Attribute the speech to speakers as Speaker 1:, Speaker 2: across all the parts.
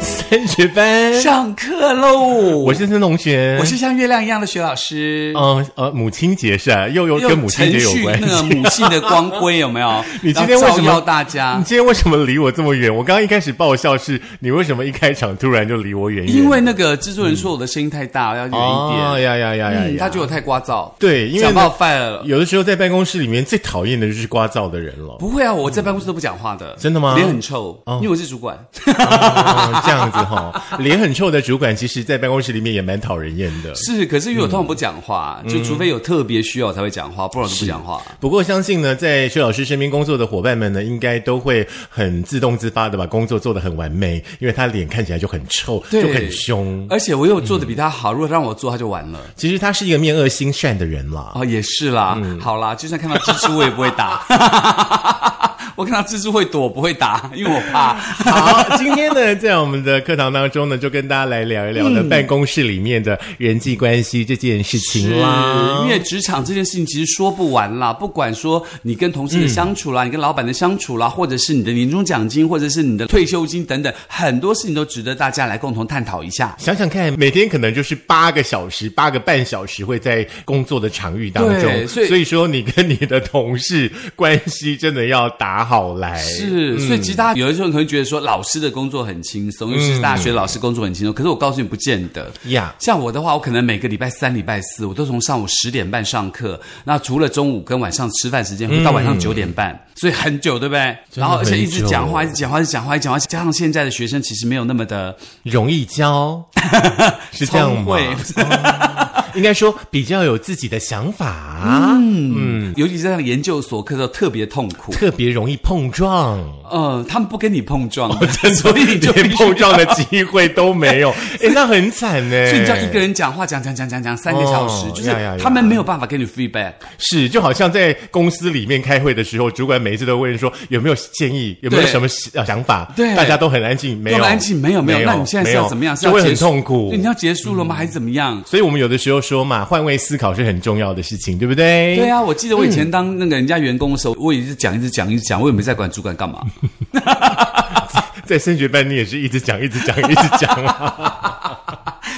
Speaker 1: 升学 班，
Speaker 2: 上课喽！
Speaker 1: 我是孙同学，
Speaker 2: 我是像月亮一样的徐老师。
Speaker 1: 嗯呃，母亲节是啊，又有跟母亲节有关
Speaker 2: 那个
Speaker 1: 系。
Speaker 2: 母性的光辉有没有
Speaker 1: ？你今天为什
Speaker 2: 然后照耀
Speaker 1: 么嗯
Speaker 2: 大家
Speaker 1: 你？今天为什么离我这么远？我刚刚一开始爆笑是，你为什么一开场突然就离我远远的？
Speaker 2: 因为那个制作人说我的声音太大，要远一
Speaker 1: 哦
Speaker 2: 点。
Speaker 1: 呀呀呀呀
Speaker 2: 嗯，他
Speaker 1: 呀！
Speaker 2: 觉得我太聒噪，
Speaker 1: 对，因为
Speaker 2: 讲
Speaker 1: 呢
Speaker 2: 冒犯了。
Speaker 1: 有的时候在办公室里面最讨厌的就是聒噪的人 了。
Speaker 2: 不会啊，我在办公室都不讲话的。
Speaker 1: 真的吗
Speaker 2: 脸很臭，因为我是 主管。
Speaker 1: 哦，这样子哈、脸很臭的主管，其实在办公室里面也蛮讨人厌的。
Speaker 2: 是，可是因为我通常不讲话，
Speaker 1: 嗯
Speaker 2: 就除非有特别需要我才会讲话，不然我都不讲话。
Speaker 1: 不过，相信呢，在薛老师身边工作的伙伴们呢，应该都会很自动自发的把工作做得很完美，因为他脸看起来就很臭，就
Speaker 2: 对
Speaker 1: 很凶。
Speaker 2: 而且我又
Speaker 1: 嗯
Speaker 2: 做的比他好，如果让我做他就完了。
Speaker 1: 其实他是一个面恶心善的人 啦。
Speaker 2: 哦，也是啦，好啦，就算看到蜘蛛我也不会打，我看到蜘蛛会躲，不会打，因为我怕。
Speaker 1: 好，今天呢，在我们的课堂当中呢，就跟大家来聊一聊呢，办公室里面的人际关系这件事情啦。
Speaker 2: 因为职场这件事情其实说不完啦，不管说你跟同事的相处啦，你跟老板的相处啦，或者是你的年终奖金，或者是你的退休金等等，很多事情都值得大家来共同探讨一下。
Speaker 1: 想想看，每天可能就是八个小时、八个半小时会在工作的场域当中，
Speaker 2: 对所以
Speaker 1: 说你跟你的同事关系真的要打好来。
Speaker 2: 是，所以其实大家有的时候可能会觉得说，老师的工作很轻松，尤其是大学老师工作很轻松。可是我告诉你，不见得。
Speaker 1: 呀
Speaker 2: 像我的话，我可能每个礼拜三、礼拜四，我都从上午十点半上课，那除了中午跟晚上吃饭时间，会到晚上九点半，所以很久，对不对？
Speaker 1: 嗯真的
Speaker 2: 然后而且一
Speaker 1: 很
Speaker 2: 直
Speaker 1: 久
Speaker 2: 讲话，一直讲话，一直讲话，一直讲话，加上现在的学生其实没有那么的
Speaker 1: 容易 教，是这样
Speaker 2: 聪
Speaker 1: 吗
Speaker 2: 慧？
Speaker 1: 哦应该说比较有自己的想法，嗯，
Speaker 2: 尤其是上研究所课的时候特别痛苦。
Speaker 1: 特别容易碰撞，
Speaker 2: 呃，他们不跟你碰撞 的， 所以你就
Speaker 1: 连
Speaker 2: 必须
Speaker 1: 碰撞的机会都没 有，哎，那很惨呢。
Speaker 2: 所以你知道一个人讲话讲讲讲讲讲三个小时，
Speaker 1: 哦
Speaker 2: 就是
Speaker 1: 呀呀呀
Speaker 2: 他们没有办法给你 feedback。
Speaker 1: 是就好像在公司里面开会的时候，主管每一次都问说有没有建议，有没有
Speaker 2: 对
Speaker 1: 什么想想法，
Speaker 2: 对
Speaker 1: 大家都很安静，没有
Speaker 2: 安静没有没有，那你现在
Speaker 1: 没
Speaker 2: 是要
Speaker 1: 有
Speaker 2: 怎么样？是
Speaker 1: 就
Speaker 2: 要
Speaker 1: 会
Speaker 2: 结
Speaker 1: 很
Speaker 2: 束
Speaker 1: 痛苦嗯
Speaker 2: 对，。你要结束了吗？还是怎么样？
Speaker 1: 所以我们有的时候说嘛，换位思考是很重要的事情，对不对？
Speaker 2: 对啊，我记得我以前当那个人家员工的时候，我也是讲一直讲一直讲，我也没在管主管干嘛。
Speaker 1: 在升学班你也是一直讲，一直讲，一直讲 啊。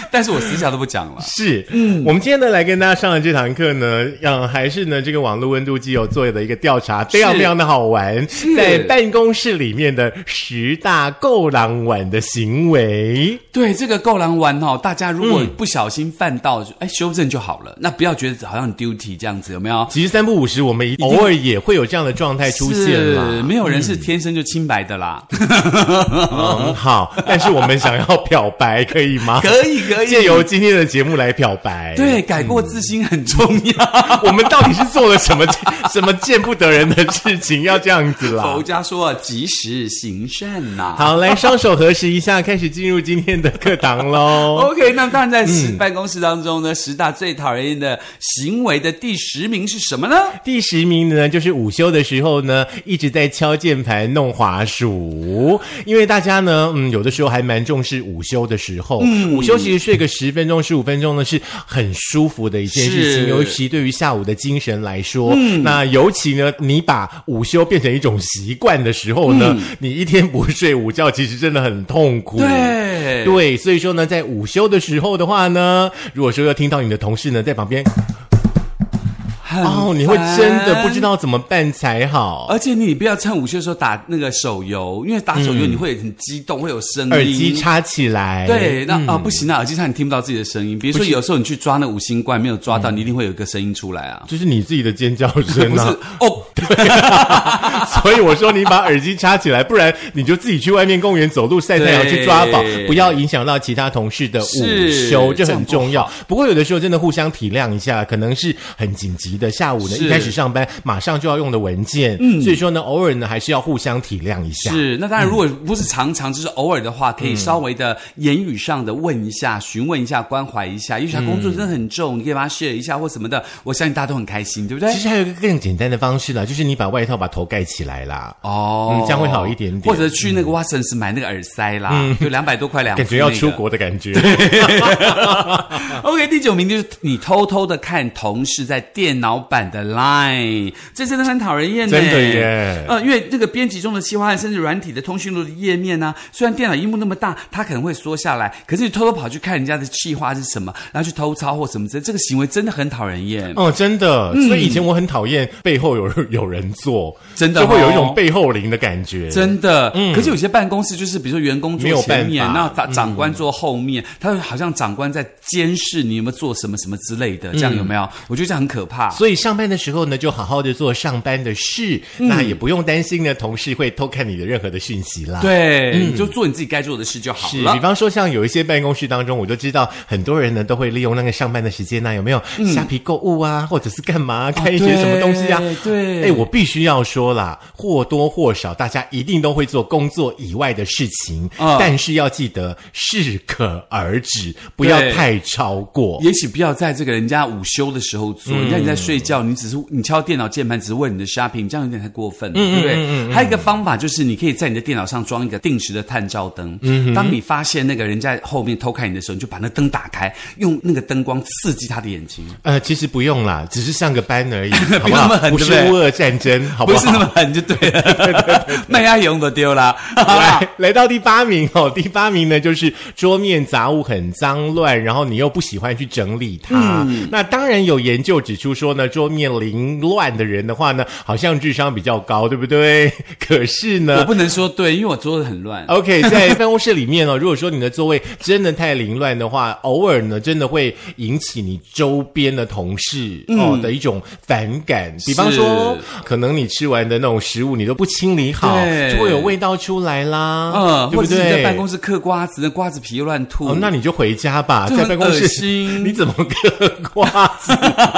Speaker 2: 但是我私下都不讲了。
Speaker 1: 是，嗯，我们今天呢来跟大家上的这堂课呢，让还是呢这个网络温度计有做的一个调查，非常非常的好玩，在办公室里面的十大够狼玩的行为。
Speaker 2: 对这个够狼玩哦，大家如果不小心犯到，哎、修正就好了，那不要觉得好像很 duty 这样子，有没有？
Speaker 1: 其实三不五十，我们一偶尔也会有这样的状态出现
Speaker 2: 是
Speaker 1: 啦。
Speaker 2: 没有人是天生就清白的啦。
Speaker 1: 嗯，好，但是我们想要漂白，可以吗？
Speaker 2: 可以可以
Speaker 1: 借由今天的节目来漂白。，
Speaker 2: 对，改过自新很重 要。
Speaker 1: 我们到底是做了什么 什么见不得人的事情，要这样子啦？
Speaker 2: 佛家说啊，及时行善呐、
Speaker 1: 好，来双手合十一下，开始进入今天的课堂 喽。
Speaker 2: OK，那当然在十办公室当中呢，十大最讨人厌的行为的第十名是什么呢？
Speaker 1: 第十名呢，就是午休的时候呢，一直在敲键盘弄滑鼠，因为大家呢，嗯，有的时候还蛮重视午休的时候。
Speaker 2: 嗯
Speaker 1: 午休其实睡个十分钟、十五分钟呢，是很舒服的一件事情，
Speaker 2: 是嗯
Speaker 1: 尤其对于下午的精神来说。那尤其呢，你把午休变成一种习惯的时候
Speaker 2: 嗯
Speaker 1: 呢，你一天不睡午觉，其实真的很痛苦。
Speaker 2: 对
Speaker 1: 对，所以说呢，在午休的时候的话呢，如果说要听到你的同事呢在旁边，
Speaker 2: 很
Speaker 1: 哦，你会
Speaker 2: 烦
Speaker 1: 真的不知。道怎么办才好。
Speaker 2: 而且你不要趁午休的时候打那个手游，因为打手游你会很激动，会有声音。
Speaker 1: 耳机插嗯起来，
Speaker 2: 对，那啊、不行啊，耳机上你听不到自己的声音。比如说有时候你去抓那五星冠没有抓到，你一定会有一个声音出来啊。
Speaker 1: 就是你自己的尖叫声
Speaker 2: 不是
Speaker 1: 啊。
Speaker 2: 哦，
Speaker 1: 所以我说你把耳机插起来，不然你就自己去外面公园走路晒太阳
Speaker 2: 对
Speaker 1: 去抓宝，不要影响到其他同事的午
Speaker 2: 是
Speaker 1: 休，这
Speaker 2: 这
Speaker 1: 很
Speaker 2: 样不
Speaker 1: 重要。不过有的时候真的互相体谅一下，可能是很紧急的，下午呢
Speaker 2: 是嗯
Speaker 1: 一开始上班马上就要用的文件，所以说呢，偶尔呢还是要互相体谅一下。
Speaker 2: 是，那当然，如果不是常常，就是偶尔的话，可以稍微的言语上的问一下、询问一下、关怀一下。也许他工作
Speaker 1: 嗯
Speaker 2: 真的很重，你可以帮他 share 一下或什么的，我相信大家都很开心，对不对
Speaker 1: 其？实还有一个更简单的方式啦，就是你把外套把头盖起来啦。
Speaker 2: 哦
Speaker 1: 嗯这样会好一点点嗯
Speaker 2: 或者去那个 Watsons 买那个耳塞啦，就两百多块两、
Speaker 1: 感觉要出。国的感觉，
Speaker 2: OK，第九名就是你偷偷的看同事在电脑老板的 Line，这真的很讨人厌呢
Speaker 1: 真的耶
Speaker 2: 呃，因为这个编辑中的企划案，甚至软体的通讯录的页面呢、虽然电脑荧幕那么大，它可能会缩下来，可是你偷偷跑去看人家的企划是什么，然后去偷抄或什么之类，这个行为真的很讨人厌。
Speaker 1: 哦，真的，
Speaker 2: 嗯
Speaker 1: 所以以前我很讨厌背后有有人做，
Speaker 2: 真的
Speaker 1: 就会有一
Speaker 2: 哦
Speaker 1: 种背后灵的感觉。嗯
Speaker 2: 真的，可是有些办公室就是，比如说员工
Speaker 1: 没
Speaker 2: 坐
Speaker 1: 有
Speaker 2: 前面，
Speaker 1: 办法嗯
Speaker 2: 那长长官坐后面，他会好像长官在监视你有没有做什么什么之类的，这样有没有？我觉得这样很可怕。
Speaker 1: 嗯所以上班的时候呢，就好好的做上班的事，
Speaker 2: 嗯
Speaker 1: 那也不用担心呢，同事会偷看你的任何的讯息啦。。
Speaker 2: 对，你就做你自己该做的事就好
Speaker 1: 嗯是，
Speaker 2: 了
Speaker 1: 比。方说像有一些办公室当中，我就知道很多人呢都会利用那个上班的时间啊呢、有没有
Speaker 2: 嗯
Speaker 1: 虾皮购物啊，或者是干嘛、看一些什么东西啊？
Speaker 2: 哦对对
Speaker 1: 哎，我必须要说啦，或多或少大家一定都会做工作以外的事情，
Speaker 2: 啊
Speaker 1: 但是要记得适可而止，不要
Speaker 2: 对
Speaker 1: 太超过。
Speaker 2: 也许不要在这个人家午休的时候做，
Speaker 1: 嗯
Speaker 2: 人家你在睡觉，你只是你敲电脑键盘，只是为你的 shopping，这样有点太过分
Speaker 1: 嗯
Speaker 2: 了，对不对？还有一个方法就是，你可以在你的电脑上装一个定时的探照灯。
Speaker 1: 嗯
Speaker 2: 当你发现那个人在后面偷看你的时候，你就把那灯打开，用那个灯光刺激他的眼睛。
Speaker 1: 呃，其实不用啦，只是上个班 而已，好
Speaker 2: 不
Speaker 1: 不
Speaker 2: 要那
Speaker 1: 好
Speaker 2: 么？狠
Speaker 1: 不
Speaker 2: 对
Speaker 1: 是
Speaker 2: 不对
Speaker 1: 乌俄战争，好
Speaker 2: 不
Speaker 1: 好？
Speaker 2: 是那么狠就对了， 麦芽用的丢啦。好啦
Speaker 1: 来来到第八名哦，第八名呢就是桌面杂物很脏乱，然后你又不喜欢去整理它。那当然有研究指出说呢，桌面凌乱的人的话呢，好像智商比较高，对不对？可是
Speaker 2: 我
Speaker 1: 呢。
Speaker 2: 不能说对，因为我桌子很乱。
Speaker 1: OK，在办公室里面 哦，如果说你的座位真的太凌乱的话，偶尔呢，真的会引起你周边的同事、
Speaker 2: 嗯
Speaker 1: 哦的一种反感。比方说，可能你吃完的那种食物你都不清理好，
Speaker 2: 对
Speaker 1: 就会有味道出来啦。
Speaker 2: 嗯，
Speaker 1: 对
Speaker 2: 或
Speaker 1: 不
Speaker 2: 者
Speaker 1: 对？
Speaker 2: 是你在办公室嗑瓜子，那瓜子皮又乱吐。
Speaker 1: 哦，那你就回家吧，
Speaker 2: 就
Speaker 1: 在
Speaker 2: 很
Speaker 1: 办公室
Speaker 2: 恶心
Speaker 1: 你怎么嗑瓜子？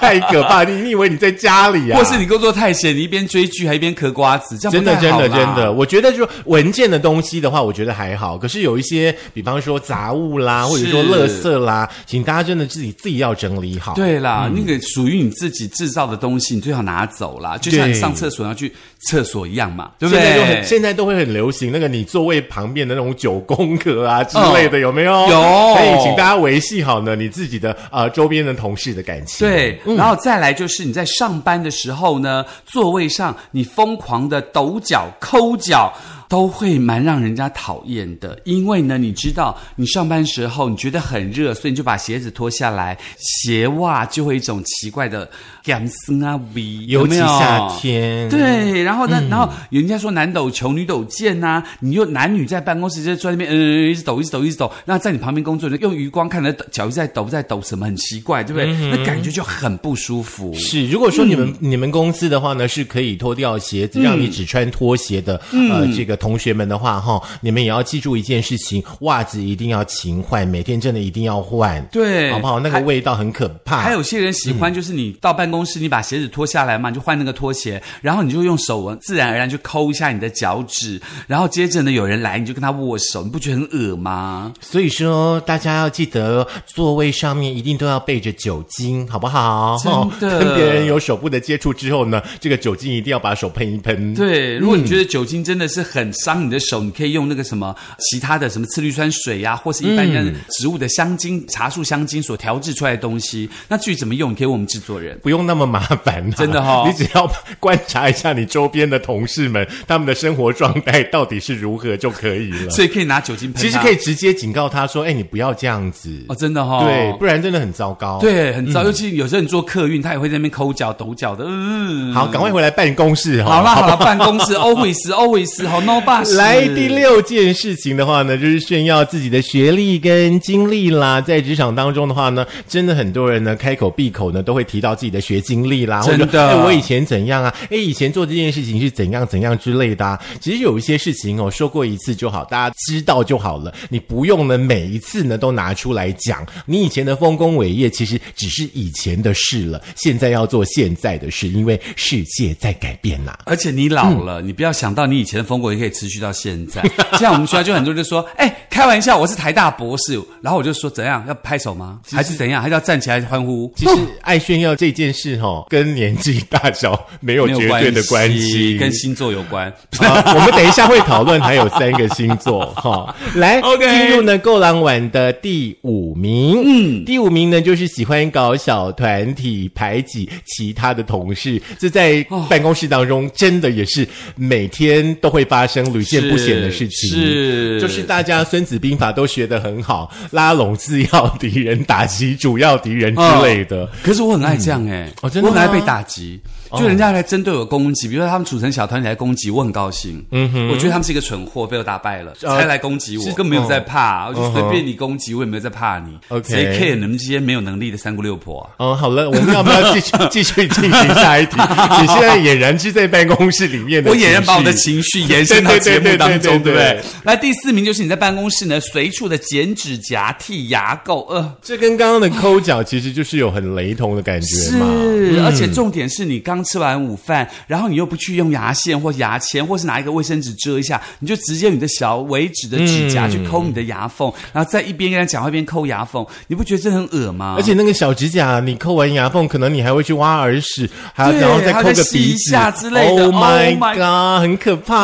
Speaker 1: 太可怕！你你以为你在家里啊？
Speaker 2: 或是你工作太闲，你一边追剧还一边嗑瓜子，这样
Speaker 1: 真
Speaker 2: 不
Speaker 1: 的
Speaker 2: 太
Speaker 1: 真
Speaker 2: 好
Speaker 1: 的
Speaker 2: 啦
Speaker 1: 真的，我觉得就文件的东西的话，我觉得还好。可是有一些，比方说杂物啦，或者说垃圾啦，请大家真的自己自己要整理好。
Speaker 2: 对啦，那个属于你自己制造的东西，你最好拿走啦，就像你
Speaker 1: 对
Speaker 2: 上厕所要去厕所一样嘛，对不
Speaker 1: 现在就很
Speaker 2: 对？
Speaker 1: 现在都会很流行那个你座位旁边的那种九宫格啊之类的，有没有？
Speaker 2: 哦有
Speaker 1: 所以请大家维系好呢你自己的呃周边的同事的感情。嗯
Speaker 2: 对，然后再来就是你在上班的时候呢，座位上你疯狂的抖脚、抠脚，都会蛮让人家讨厌的。因为呢，你知道你上班时候你觉得很热，所以你就把鞋子脱下来，鞋袜就会有一种奇怪的感酸啊味，
Speaker 1: 尤其
Speaker 2: 有没有
Speaker 1: 夏天。
Speaker 2: 对，然后
Speaker 1: 嗯
Speaker 2: 呢，然后人家说男抖球，女抖剑呐、你又男女在办公室就在那边，嗯、一直抖，一直抖，一直抖。那在你旁边工作人用余光看着脚一直在抖，在抖什么，很奇怪，对不对？那感觉就很不舒服。
Speaker 1: 嗯是，如果说你们、
Speaker 2: 嗯
Speaker 1: 你们公司的话呢，是可以脱掉鞋子，让你只穿拖鞋的、
Speaker 2: 嗯
Speaker 1: 呃这个同学们的话哈，你们也要记住一件事情，袜子一定要勤换，每天真的一定要换，
Speaker 2: 对
Speaker 1: 好不好？那个
Speaker 2: 还
Speaker 1: 味道很可怕。
Speaker 2: 还有些人喜欢，就是你到办公室，你把鞋子脱下来嘛，你就换那个拖鞋，然后你就用手纹自然而然去抠一下你的脚趾，然后接着呢，有人来你就跟他握手，你不觉得很恶吗？
Speaker 1: 所以说，大家要记得座位上面一定都要备着酒精，好不好？
Speaker 2: 真的
Speaker 1: 哦 跟别人有手部的接触之后呢，这个酒精一定要把手喷一喷。
Speaker 2: 对，如果你觉得酒精真的是很伤你的手，你可以用那个什么其他的什么次氯酸水呀、或是一般
Speaker 1: 嗯
Speaker 2: 的植物的香精、茶树香精所调制出来的东西。那至于怎么用，你可以问我们制作人。
Speaker 1: 不用那么麻烦、啦
Speaker 2: 真的哦
Speaker 1: 你只要观察一下你周边的同事们他们的生活状态到底是如何就可以了。
Speaker 2: 所以可以拿酒精
Speaker 1: 呃
Speaker 2: 喷它。
Speaker 1: 其实可以直接警告他说：“哎，你不要这样子，
Speaker 2: 哦，真的哈、哦，
Speaker 1: 对，嗯不然真的很糟糕。”。
Speaker 2: 对，很糟。尤其有些人做客运，他也会在那边抠脚、抖脚的。嗯，
Speaker 1: 好，赶快回来办公室哈。
Speaker 2: 好啦好啦，办公室 always always 好 no bus。
Speaker 1: 来第。六件事情的话呢，就是炫耀自己的学历跟经历啦。在职场当中的话呢，真的很多人呢开口闭口呢都会提到自己的学经历啦，
Speaker 2: 真的
Speaker 1: 或者说哎我以前怎样啊，哎以前做这件事情是怎样怎样之类的、啊。其实有一些事情哦，说过一次就好，大家知道就好了，你不用呢每一次呢都拿出来讲。你以前的丰功伟业其实只是以前的事了，现在要做现在的事，因为世界在改变啊呐、嗯
Speaker 2: 而且你老了，你不要想到你以前的风格也可以持续到现在。像我们学校就很多人就说：“哎、开玩笑，我是台大博士，然后我就说怎样要拍手吗？还是怎样？还是要站起来欢呼？
Speaker 1: 其实爱炫耀这件事哈、哦，跟年纪大小没有
Speaker 2: 没有
Speaker 1: 绝对的关系，
Speaker 2: 跟星座有关。
Speaker 1: 啊，我们等一下会讨论还有三个星座哈。来
Speaker 2: OK
Speaker 1: 进入呢够狼晚的第五名。嗯，第五名呢就是喜欢搞小团体排挤其他的同事，这在
Speaker 2: 哦
Speaker 1: 办公室当中真的也是每天都会发生屡见不鲜的事情。
Speaker 2: 是
Speaker 1: 就是大家《孙子兵法》都学得很好，拉拢次要敌人，打击主要敌人之
Speaker 2: 哦
Speaker 1: 类的。
Speaker 2: 可是我很爱这样哎、
Speaker 1: 哦真的
Speaker 2: 我
Speaker 1: 吗哦
Speaker 2: 很爱被打击，就人家来针对我攻击，比如说他们组成小团体来攻击，我很高兴，嗯哼，我觉得他们是一个蠢货，被我打败了，
Speaker 1: 呃
Speaker 2: 才来攻击我，根本没有在怕，我就随便你攻击，我也没有在怕你
Speaker 1: 嗯 OK
Speaker 2: 谁 care 你们这些没有能力的三姑六婆啊？
Speaker 1: 哦，好了，我们要不要继续继续进行下 一题？你现在俨然是在办公室里面的，
Speaker 2: 我也要把我的。情绪延伸到
Speaker 1: 对
Speaker 2: 节
Speaker 1: 对
Speaker 2: 目
Speaker 1: 对
Speaker 2: 当中，
Speaker 1: 对对对
Speaker 2: 对不对
Speaker 1: 对？
Speaker 2: 那第四名就是你在办公室呢，随处的剪指甲、剃牙垢，呃，
Speaker 1: 这跟刚刚的抠脚其实就是有很雷同的感觉嘛。嗯
Speaker 2: 是，而且重点是你刚吃完午饭，然后你又不去用牙线或牙签，或是拿一个卫生纸遮一下，你就直接用你的小尾指的指甲去抠你的牙缝，然后再一边跟他讲话一边抠牙缝，你不觉得这很恶吗？
Speaker 1: 嗯而且那个小指甲，你抠完牙缝，可能你还会去挖耳屎，还要
Speaker 2: 对
Speaker 1: 然后再
Speaker 2: 还
Speaker 1: 抠
Speaker 2: 要再
Speaker 1: 个
Speaker 2: 洗
Speaker 1: 鼻
Speaker 2: 一
Speaker 1: 子
Speaker 2: 下之类的
Speaker 1: Oh my
Speaker 2: Oh my 嗯
Speaker 1: god，很可怕、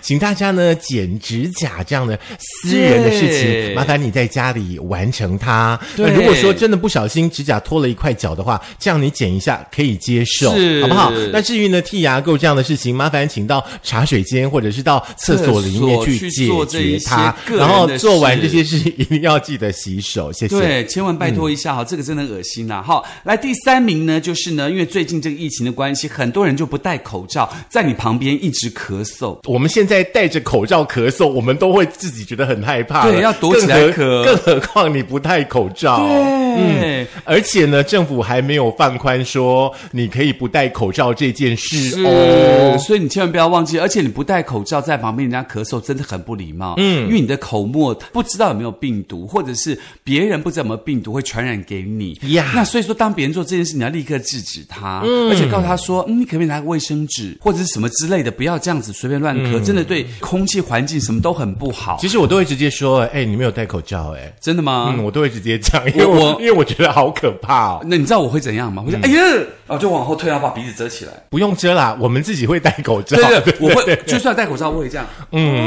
Speaker 1: 请大家呢剪指甲这样的私人的事
Speaker 2: 对
Speaker 1: 情，麻烦你在家里完成它。
Speaker 2: 对
Speaker 1: 那如果说真的不小心指甲脱了一块角的话，这样你剪一下可以接受
Speaker 2: 是，
Speaker 1: 好不好？那至于呢剔牙垢这样的事情，麻烦请到茶水间或者是到厕所里面
Speaker 2: 厕所去
Speaker 1: 解
Speaker 2: 做这一
Speaker 1: 决
Speaker 2: 些
Speaker 1: 它。
Speaker 2: 个人
Speaker 1: 然后
Speaker 2: 的
Speaker 1: 做完
Speaker 2: 事
Speaker 1: 这些事，一定要记得洗手，谢谢。
Speaker 2: 对，千万拜托一下哈、这个真的恶心呐、哈，来第三名呢，就是呢，因为最近这个疫情的关系，很多人就不戴口罩，在你旁边一直咳嗽。
Speaker 1: 我们现在戴着口罩咳嗽，我们都会自己觉得很害怕了。
Speaker 2: 对要躲起来
Speaker 1: 更
Speaker 2: 咳
Speaker 1: 何更何况你不戴口罩。嗯
Speaker 2: 对，
Speaker 1: 而且呢，政府还没有放宽说你可以不戴口罩这件事
Speaker 2: 是，
Speaker 1: 哦。
Speaker 2: 呃所以你千万不要忘记，而且你不戴口罩在旁边人家咳嗽，真的很不礼貌。嗯，因为你的口沫不知道有没有病毒，或者是别人不知道有没有病毒会传染给你。
Speaker 1: 呀
Speaker 2: 那所以说，当别人做这件事，你要立刻制止他，而且告诉他说，嗯，你可不可以拿个卫生纸或者是什么之类的，不要这样子随便乱咳，真的对空气环境什么都很不好
Speaker 1: 其。实我都会直接说，哎、你没有戴口罩、哎，
Speaker 2: 真的吗？
Speaker 1: 嗯，我都会直接讲，因为我
Speaker 2: 啊我
Speaker 1: 因为我觉得好可怕哦。
Speaker 2: 那你知道我会怎样吗？我就、哎呀，然后就往后退，然后把鼻子遮起来。
Speaker 1: 不用遮啦，我们自己会戴口罩。
Speaker 2: 对对，我会就算戴口罩，我也这样。嗯，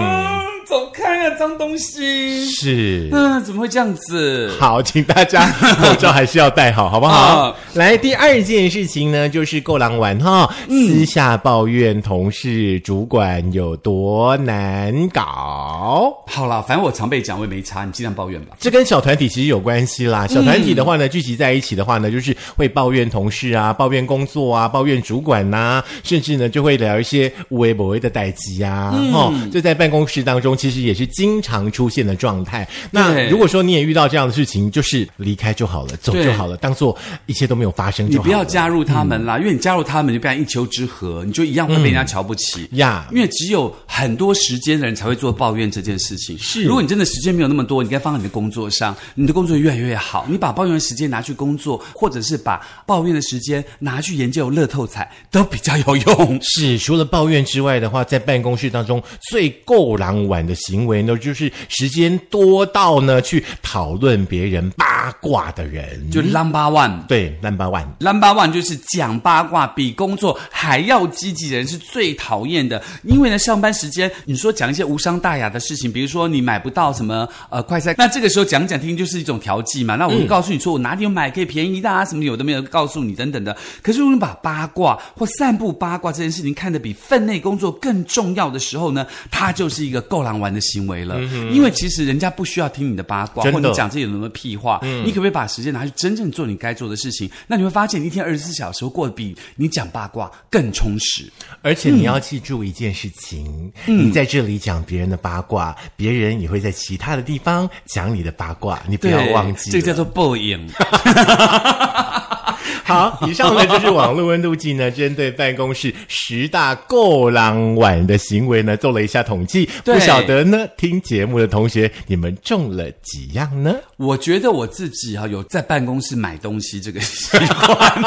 Speaker 2: 走开啊，脏东西！
Speaker 1: 是。
Speaker 2: 嗯，怎么会这样子？
Speaker 1: 好，请大家口罩还是要戴好，好不好？
Speaker 2: 啊
Speaker 1: 来，第二件事情呢，就是够狼玩哈，私下抱怨同事、主管有多难搞。
Speaker 2: 好啦，反正我常被讲，我也没差，你尽量抱怨吧。
Speaker 1: 这跟小团体其实有关系
Speaker 2: 嗯
Speaker 1: 啦。小团体的话呢，聚集在一起的话呢，就是会抱怨同事啊，抱怨工作啊，抱怨主管呐、甚至呢就会聊一些无微不微的代际啊。
Speaker 2: 嗯
Speaker 1: 哦，这在办公室当中其实也是经常出现的状态。
Speaker 2: 对
Speaker 1: 那如果说你也遇到这样的事情，就是离开就好了，走就好了，当做一切都没有发生
Speaker 2: 你
Speaker 1: 就好了。
Speaker 2: 不要加入他们啦，因为你加入他们，你就变成一丘之貉，你就一样会被人家瞧不起。
Speaker 1: 呀
Speaker 2: 因为只有很多时间的人才会做抱怨这件事情。
Speaker 1: 是
Speaker 2: 如果你真的时间没有那么多，你应该放在你的工作上，你的工作越来越好。你把抱怨的时间拿去工作，或者是把抱怨的时间拿去研究乐透彩，都比较有用。
Speaker 1: 是，除了抱怨之外的话，在办公室当中最够狼玩的行为呢，就是时间多到呢去讨论别人八卦的人，
Speaker 2: 就 number one。
Speaker 1: 对 number one。
Speaker 2: Number one 就是讲八卦，比工作还要积极的人是最讨厌的。因为呢，上班时间你说讲一些无伤大雅的事情，比如说你买不到什么呃快餐，那这个时候讲讲听听就是一种调剂嘛。那我就告诉你说，我哪里有买可以便宜的啊，什么有的没有告诉你等等的。可是如果你把八卦或散布八卦这件事情看得比分内工作更重要的时候呢，它就是一个够狼玩的行为了。因为其实人家不需要听你的八卦，
Speaker 1: 嗯真
Speaker 2: 或
Speaker 1: 的
Speaker 2: 你讲这些有什么屁话，
Speaker 1: 嗯
Speaker 2: 你可不可以把时间拿去真正做你该做的事情？那你会发现，你一天二十四小时会过得比你讲八卦更充实。
Speaker 1: 而且你要记住一件事情，
Speaker 2: 嗯
Speaker 1: 你在这里讲别人的八卦，别人也会在其他的地方讲你的八卦，你不要忘记
Speaker 2: 这
Speaker 1: 了。
Speaker 2: 个叫做报应。
Speaker 1: 好，以上呢就是网络温度计呢，针对办公室十大够狼晚的行为呢，做了一下统计。
Speaker 2: 对
Speaker 1: 不晓得呢，听节目的同学，你们中了几样呢？
Speaker 2: 我 觉得我自己哈、有在办公室买东西这个习惯。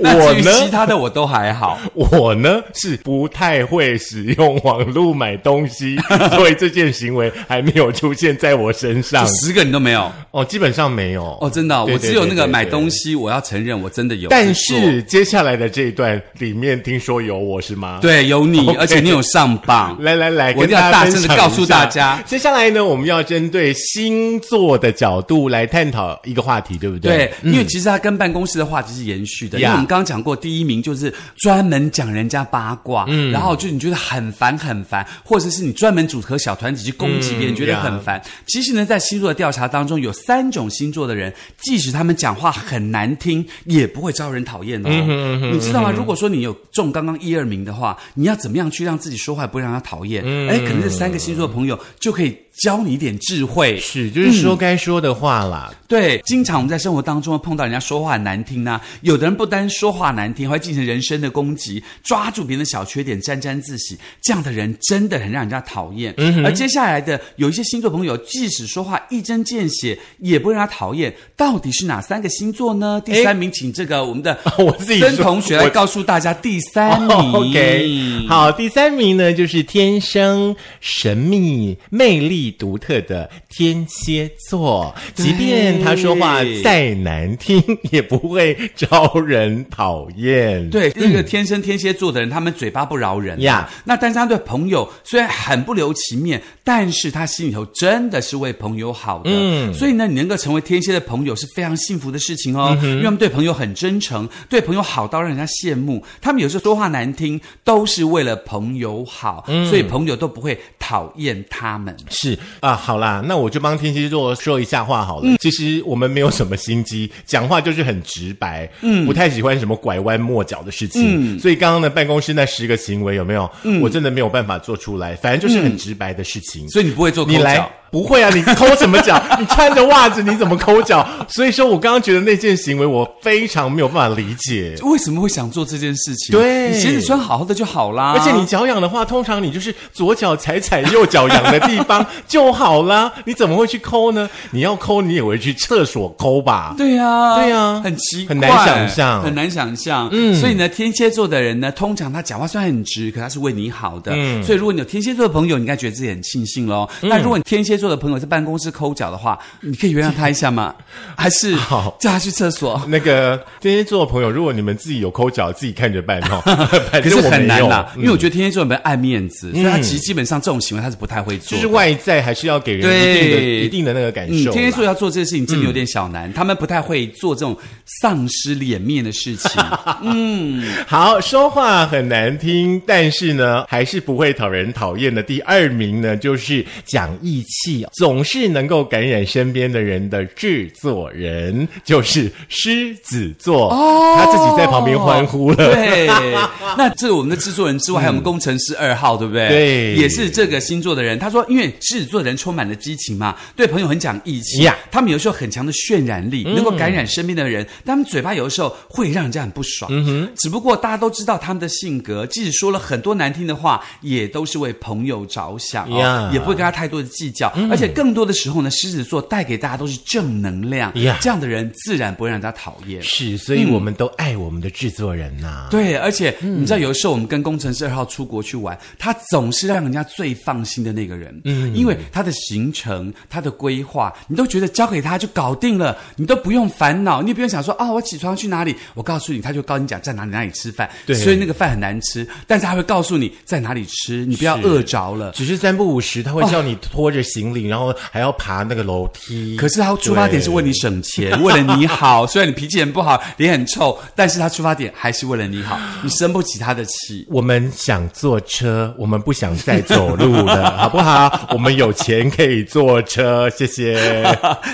Speaker 2: 那
Speaker 1: 我
Speaker 2: 至于
Speaker 1: 呢
Speaker 2: 其他的我都还好。
Speaker 1: 我呢是不太会使用网络买东 西，所以这件行为还没有出现在我身上
Speaker 2: 就。十个你都没有
Speaker 1: 哦，基本上没有。
Speaker 2: 哦，真的哦、
Speaker 1: 嗯对
Speaker 2: 我
Speaker 1: 对
Speaker 2: 只有那
Speaker 1: 对
Speaker 2: 个
Speaker 1: 对
Speaker 2: 买
Speaker 1: 对
Speaker 2: 东西，我要承认我真的有去做，
Speaker 1: 但是接下来的这一段里面，听说有我是吗？。
Speaker 2: 对有你，
Speaker 1: OK
Speaker 2: 而且你有上榜，
Speaker 1: 来来来，
Speaker 2: 我一
Speaker 1: 跟
Speaker 2: 定要
Speaker 1: 大
Speaker 2: 大
Speaker 1: 分
Speaker 2: 声的
Speaker 1: 享
Speaker 2: 告诉
Speaker 1: 一下
Speaker 2: 大家。
Speaker 1: 接下来呢，我们要针对星座的角度来探讨一个话题，对不对？
Speaker 2: 对，嗯因为其实它跟办公室的话题是延续的，因为
Speaker 1: 呀
Speaker 2: 我们刚刚讲过，第一名就是专门讲人家八卦，嗯，然后就你觉得很烦很烦，或者是你专门组合小团体去攻击别人，
Speaker 1: 嗯
Speaker 2: 觉得
Speaker 1: 呀
Speaker 2: 很烦。其实呢，在星座的调查当中，有三种星座的人，即使他们讲话很难听，也不会招人讨厌哦。
Speaker 1: 嗯
Speaker 2: 你知道吗？如果说你有中刚刚一二名的话，你要怎么样去让自己说话不会让他讨厌？
Speaker 1: 嗯
Speaker 2: 哎、可能这三个星座的朋友就可以教你一点智慧。
Speaker 1: 是，就是说该说的话啦。
Speaker 2: 对，经常我们在生活当中会碰到人家说话难听啊，有的人不单说话难听，还会进行人身的攻击，抓住别人的小缺点沾沾自喜，这样的人真的很让人家讨厌。
Speaker 1: 嗯
Speaker 2: 而接下来的有一些星座朋友，即使说话一针见血，也不会让他讨厌。到底是哪三个星座呢？第三名，请这个我们的
Speaker 1: 我自己
Speaker 2: 孙
Speaker 1: 说
Speaker 2: 同学
Speaker 1: 我
Speaker 2: 来告诉大家第三 名。
Speaker 1: 哦 OK，好，第三名呢就是天生神秘、魅力独特的天蝎座，即便他说话再难听，也不会招人讨厌。，
Speaker 2: 对，那个天生天蝎座的人，他们嘴巴不饶人呀
Speaker 1: 呀。
Speaker 2: 那但是他对朋友虽然很不留情面，但是他心里头真的是为朋友好的。嗯，所以呢，你能够成为天蝎的朋友是非常幸福的事情
Speaker 1: 嗯
Speaker 2: 哦，因为他们对朋友很真诚，对朋友好到让人家羡慕。他们有时候说话难听，都是为了朋友好，
Speaker 1: 嗯
Speaker 2: 所以朋友都不会讨厌他们。
Speaker 1: 是啊，好啦，那我就帮天蝎座说一下话好了。
Speaker 2: 嗯
Speaker 1: 其实我们没有什么心机，讲话就是很直白，嗯，不太喜欢什么拐弯抹角的事
Speaker 2: 嗯
Speaker 1: 情。所以刚刚的办公室那十个行为有没有？我真的没有办法做出来，反正就是很直白的事情。
Speaker 2: 嗯所以你不会做抠
Speaker 1: 你来
Speaker 2: 脚。
Speaker 1: 不会啊？你抠什么脚？ 你穿着袜子你怎么抠脚？所以说我刚刚觉得那件行为我非常没有办法理解。
Speaker 2: 为什么会想做这件事情？
Speaker 1: 对
Speaker 2: 你鞋子穿好好的就好啦。
Speaker 1: 而且你脚痒的话，通常你就是左脚踩踩右脚痒的地方就好 啦。你怎么会去抠呢？你要抠，你也会去厕所抠吧？
Speaker 2: 对呀、
Speaker 1: 对呀
Speaker 2: 很奇怪，
Speaker 1: 很难想象
Speaker 2: 很难想象。嗯，所以呢，天蝎座的人呢，通常他讲话虽然很直，可他是为你好的。嗯，所以如果你有天蝎座的朋友，你应该觉得自己很庆幸喽。
Speaker 1: 嗯
Speaker 2: 那如果你天蝎座的朋友在办公室抠脚的话，你可以原谅他一 下吗？还是
Speaker 1: 好
Speaker 2: 叫他去厕所？
Speaker 1: 那个天蝎座的朋友，如果你们自己有抠脚，自己看着办 哦。反正
Speaker 2: 可是
Speaker 1: 我
Speaker 2: 很
Speaker 1: 没
Speaker 2: 难
Speaker 1: 有嗯
Speaker 2: 啦、，因为我觉得天蝎座人爱面子，所以他其实基本上这种行为他是不太会做
Speaker 1: 就
Speaker 2: 的。
Speaker 1: 是外在还是要给人一定的
Speaker 2: 对
Speaker 1: 一定的那个感
Speaker 2: 嗯，
Speaker 1: 嗯受啦。嗯
Speaker 2: 天蝎座要做这个事情真的有点小难，他们不太会做这种丧失脸面的事情。
Speaker 1: 好，说话很难听，但是呢，还是不会讨人讨厌的。第二名呢，就是讲义气，总是能够感染身边的人的制作人，就是狮子座。哦，他自己在旁边欢呼了。
Speaker 2: 对，那这个我们的制作人之外，还有我们工程师二号，对不对？
Speaker 1: 对
Speaker 2: 也是这个星座的人。他说，因为狮子座的人充满了激情嘛，对朋友很讲义气
Speaker 1: Yeah 嗯
Speaker 2: 他们有时候很强的渲染力，能够感染身边的人。但他们嘴巴有的时候会让人家很不爽。嗯哼，只不过大家都知道他们的性格，即使说了很多难听的话，也都是为朋友着想、哦
Speaker 1: Yeah 嗯
Speaker 2: 也不会跟他太多的计较。而且更多的时候呢，狮子座带给大家都是正能量
Speaker 1: Yeah
Speaker 2: 这样的人自然不会让人家讨厌。
Speaker 1: 是，所以我们都爱我们的制作人呐、
Speaker 2: 嗯对，而且
Speaker 1: 嗯
Speaker 2: 你知道，有的时候我们跟工程师二号出国去玩，他总是让人家最放心的那个人，嗯，因为他的行程、他的规划，你都觉得交给他就搞定了，你都不用烦恼，你也不用想说啊，我起床去哪里？我告诉你，他就告诉你讲在哪里哪里吃饭，
Speaker 1: 对
Speaker 2: 所以那个饭很难吃，但是他会告诉你在哪里吃，你不要
Speaker 1: 是
Speaker 2: 饿着了。
Speaker 1: 只是三不五时，他会叫你拖着行李，然后还要爬那个楼梯。
Speaker 2: 可是他出发点是为你省钱，为了你好。虽然你脾气很不好，脸很臭，但是他出发点还是为了你好，你生不起他的气。
Speaker 1: 我们想坐车，我们不想再走路 了，好不好？我们有钱可以坐车，谢 谢。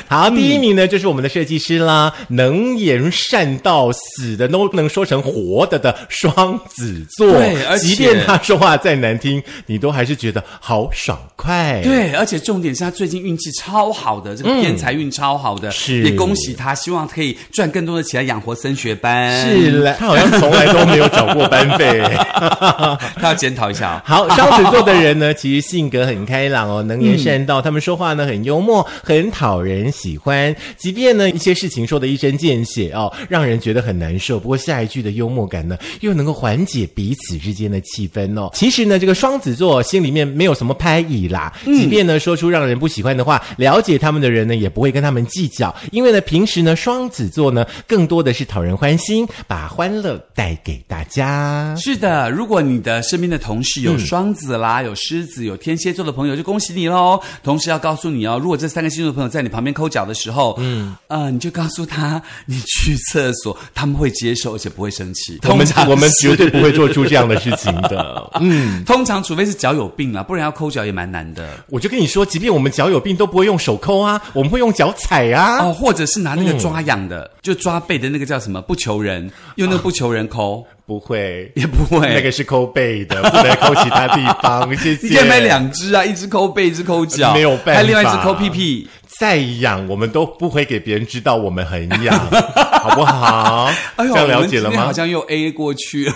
Speaker 1: 好，第一名呢就是我们的设计师啦，能言善道，死的都能说成活的的双子座。
Speaker 2: 对而且
Speaker 1: 即便他说话再难听，你都还是觉得好爽快。
Speaker 2: 对，而且重重点是他最近运气超好的，这个偏财运超好的，
Speaker 1: 嗯是
Speaker 2: 也恭喜他，希望可以赚更多的钱来养活升学班。
Speaker 1: 是了，他好像从来都没有找过班费。
Speaker 2: 他要检讨一下、哦。
Speaker 1: 好，双子座的人呢，其实性格很开朗哦，能言善道，他们说话呢很幽默，很讨人喜欢。即便呢一些事情说的一针见血哦，让人觉得很难受，不过下一句的幽默感呢，又能够缓解彼此之间的气氛哦。其实呢，这个双子座心里面没有什么拍意啦，即便呢说出让人不喜欢的话，了解他们的人呢也不会跟他们计较，因为呢平时呢双子座呢更多的是讨人欢心，把欢乐带给大家。
Speaker 2: 是的，如果你的身边的同事
Speaker 1: 嗯
Speaker 2: 有双子啦、有狮子、有天蝎座的朋友，就恭喜你喽。同时要告诉你哦，如果这三个星座的朋友在你旁边抠脚的时候，嗯，呃，你就告诉他你去厕所，他们会接受，而且不会生气。
Speaker 1: 我们
Speaker 2: 通常
Speaker 1: 我们
Speaker 2: 是
Speaker 1: 绝对不会做出这样的事情 的。嗯，
Speaker 2: 通常除非是脚有病啦，不然要抠脚也蛮难的。
Speaker 1: 我就跟你说，即便我们脚有病，都不会用手抠啊，我们会用脚踩啊。嗯
Speaker 2: 哦，或者是拿那个抓痒的，就抓背的那个叫什么不求人，用那个不求人抠、
Speaker 1: 不会，
Speaker 2: 也不会。
Speaker 1: 啊那个是抠背的，不能抠其他地方。谢谢。
Speaker 2: 你可以买两只啊，一只抠背，一只抠脚，
Speaker 1: 没有办法
Speaker 2: 还有另外一只抠屁屁。
Speaker 1: 再痒，我们都不会给别人知道我们很 痒，好不好？
Speaker 2: 哎呦，
Speaker 1: 这样
Speaker 2: 我
Speaker 1: 了
Speaker 2: 们
Speaker 1: 解
Speaker 2: 今
Speaker 1: 了
Speaker 2: 天好
Speaker 1: 吗？
Speaker 2: 像又 A 过去了。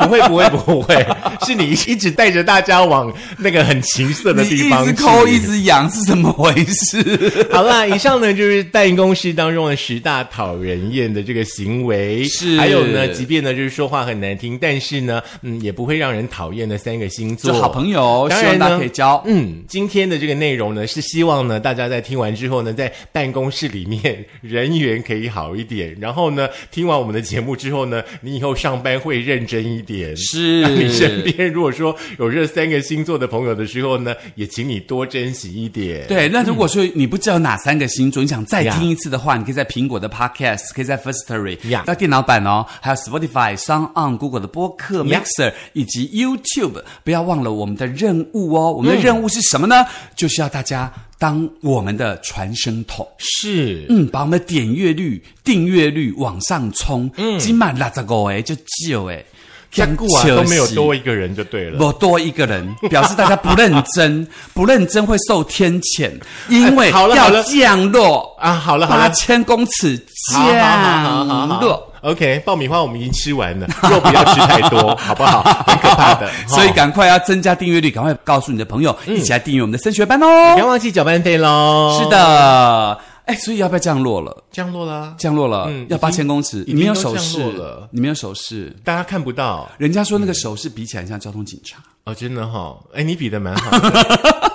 Speaker 1: 不会，不会，不会， 是你一直带着大家往那个很情色的
Speaker 2: 你
Speaker 1: 地
Speaker 2: 一
Speaker 1: 方
Speaker 2: 直
Speaker 1: 去
Speaker 2: 抠一直痒是怎么回 事？
Speaker 1: 好啦，以上呢就是办公室当中的十大讨人厌的这个行为，
Speaker 2: 是
Speaker 1: 还有呢，即便呢就是说话很难听，但是呢，嗯，也不会让人讨厌的三个星座
Speaker 2: 做好朋友，
Speaker 1: 当
Speaker 2: 希望
Speaker 1: 然呢
Speaker 2: 大家可以交。
Speaker 1: 嗯，今天的这个内容呢，是希望呢大家在听完之后呢，在办公室里面人缘可以好一点，然后呢，听完我们的节目之后呢，你以后上班会认真一点。
Speaker 2: 是
Speaker 1: 那 你身边如果说有这三个星座的朋友的时候呢，也请你多珍惜一点。
Speaker 2: 对，那如果说你不知道哪三个星座，你想再
Speaker 1: 嗯呀
Speaker 2: 听一次的话，你可以在苹果的 Podcast，可以在 Firstory，
Speaker 1: 呀
Speaker 2: 在电脑版哦，还有 Spotify、s o n On、Google 的播客
Speaker 1: 呀
Speaker 2: Mixer 以及 YouTube。不要忘了我们的任务哦，我们
Speaker 1: 嗯
Speaker 2: 的任务是什么呢？就是要大家当我们的传声筒。
Speaker 1: 是，
Speaker 2: 嗯，把我们的点阅率、订阅率往上冲，嗯，今晚拉着个哎就九哎，
Speaker 1: 加固啊都没有
Speaker 2: 多。
Speaker 1: 多一个人就对了。
Speaker 2: 我多一 个人，表示大家不认真，不认真会受天谴，因为
Speaker 1: 哎好了好
Speaker 2: 要
Speaker 1: 了
Speaker 2: 降落
Speaker 1: 啊，好了好
Speaker 2: 八
Speaker 1: 了，啊
Speaker 2: 千公尺
Speaker 1: 好好好好
Speaker 2: 降
Speaker 1: 好好
Speaker 2: 落。
Speaker 1: OK，爆米花我们已经吃完了， 肉不要吃太 多，好不好？很可怕 的，嗯
Speaker 2: 所以
Speaker 1: 哦
Speaker 2: 赶快要增加订阅率，赶快告诉你的朋友，一起来订阅我们的升学班哦
Speaker 1: 不。要忘记搅拌费喽。
Speaker 2: 是，的，哎，所以要不要降落了？
Speaker 1: 降落啦，
Speaker 2: 降落了，
Speaker 1: 嗯
Speaker 2: 要
Speaker 1: 已经
Speaker 2: 八千公尺，
Speaker 1: 已
Speaker 2: 你没有
Speaker 1: 经都
Speaker 2: 手
Speaker 1: 降
Speaker 2: 势
Speaker 1: 落了，
Speaker 2: 你没有手势。
Speaker 1: 大家看不到
Speaker 2: 人家说那个手势比起来像交通警察，
Speaker 1: 哦，真的哈、哦，哎，你比的蛮好的，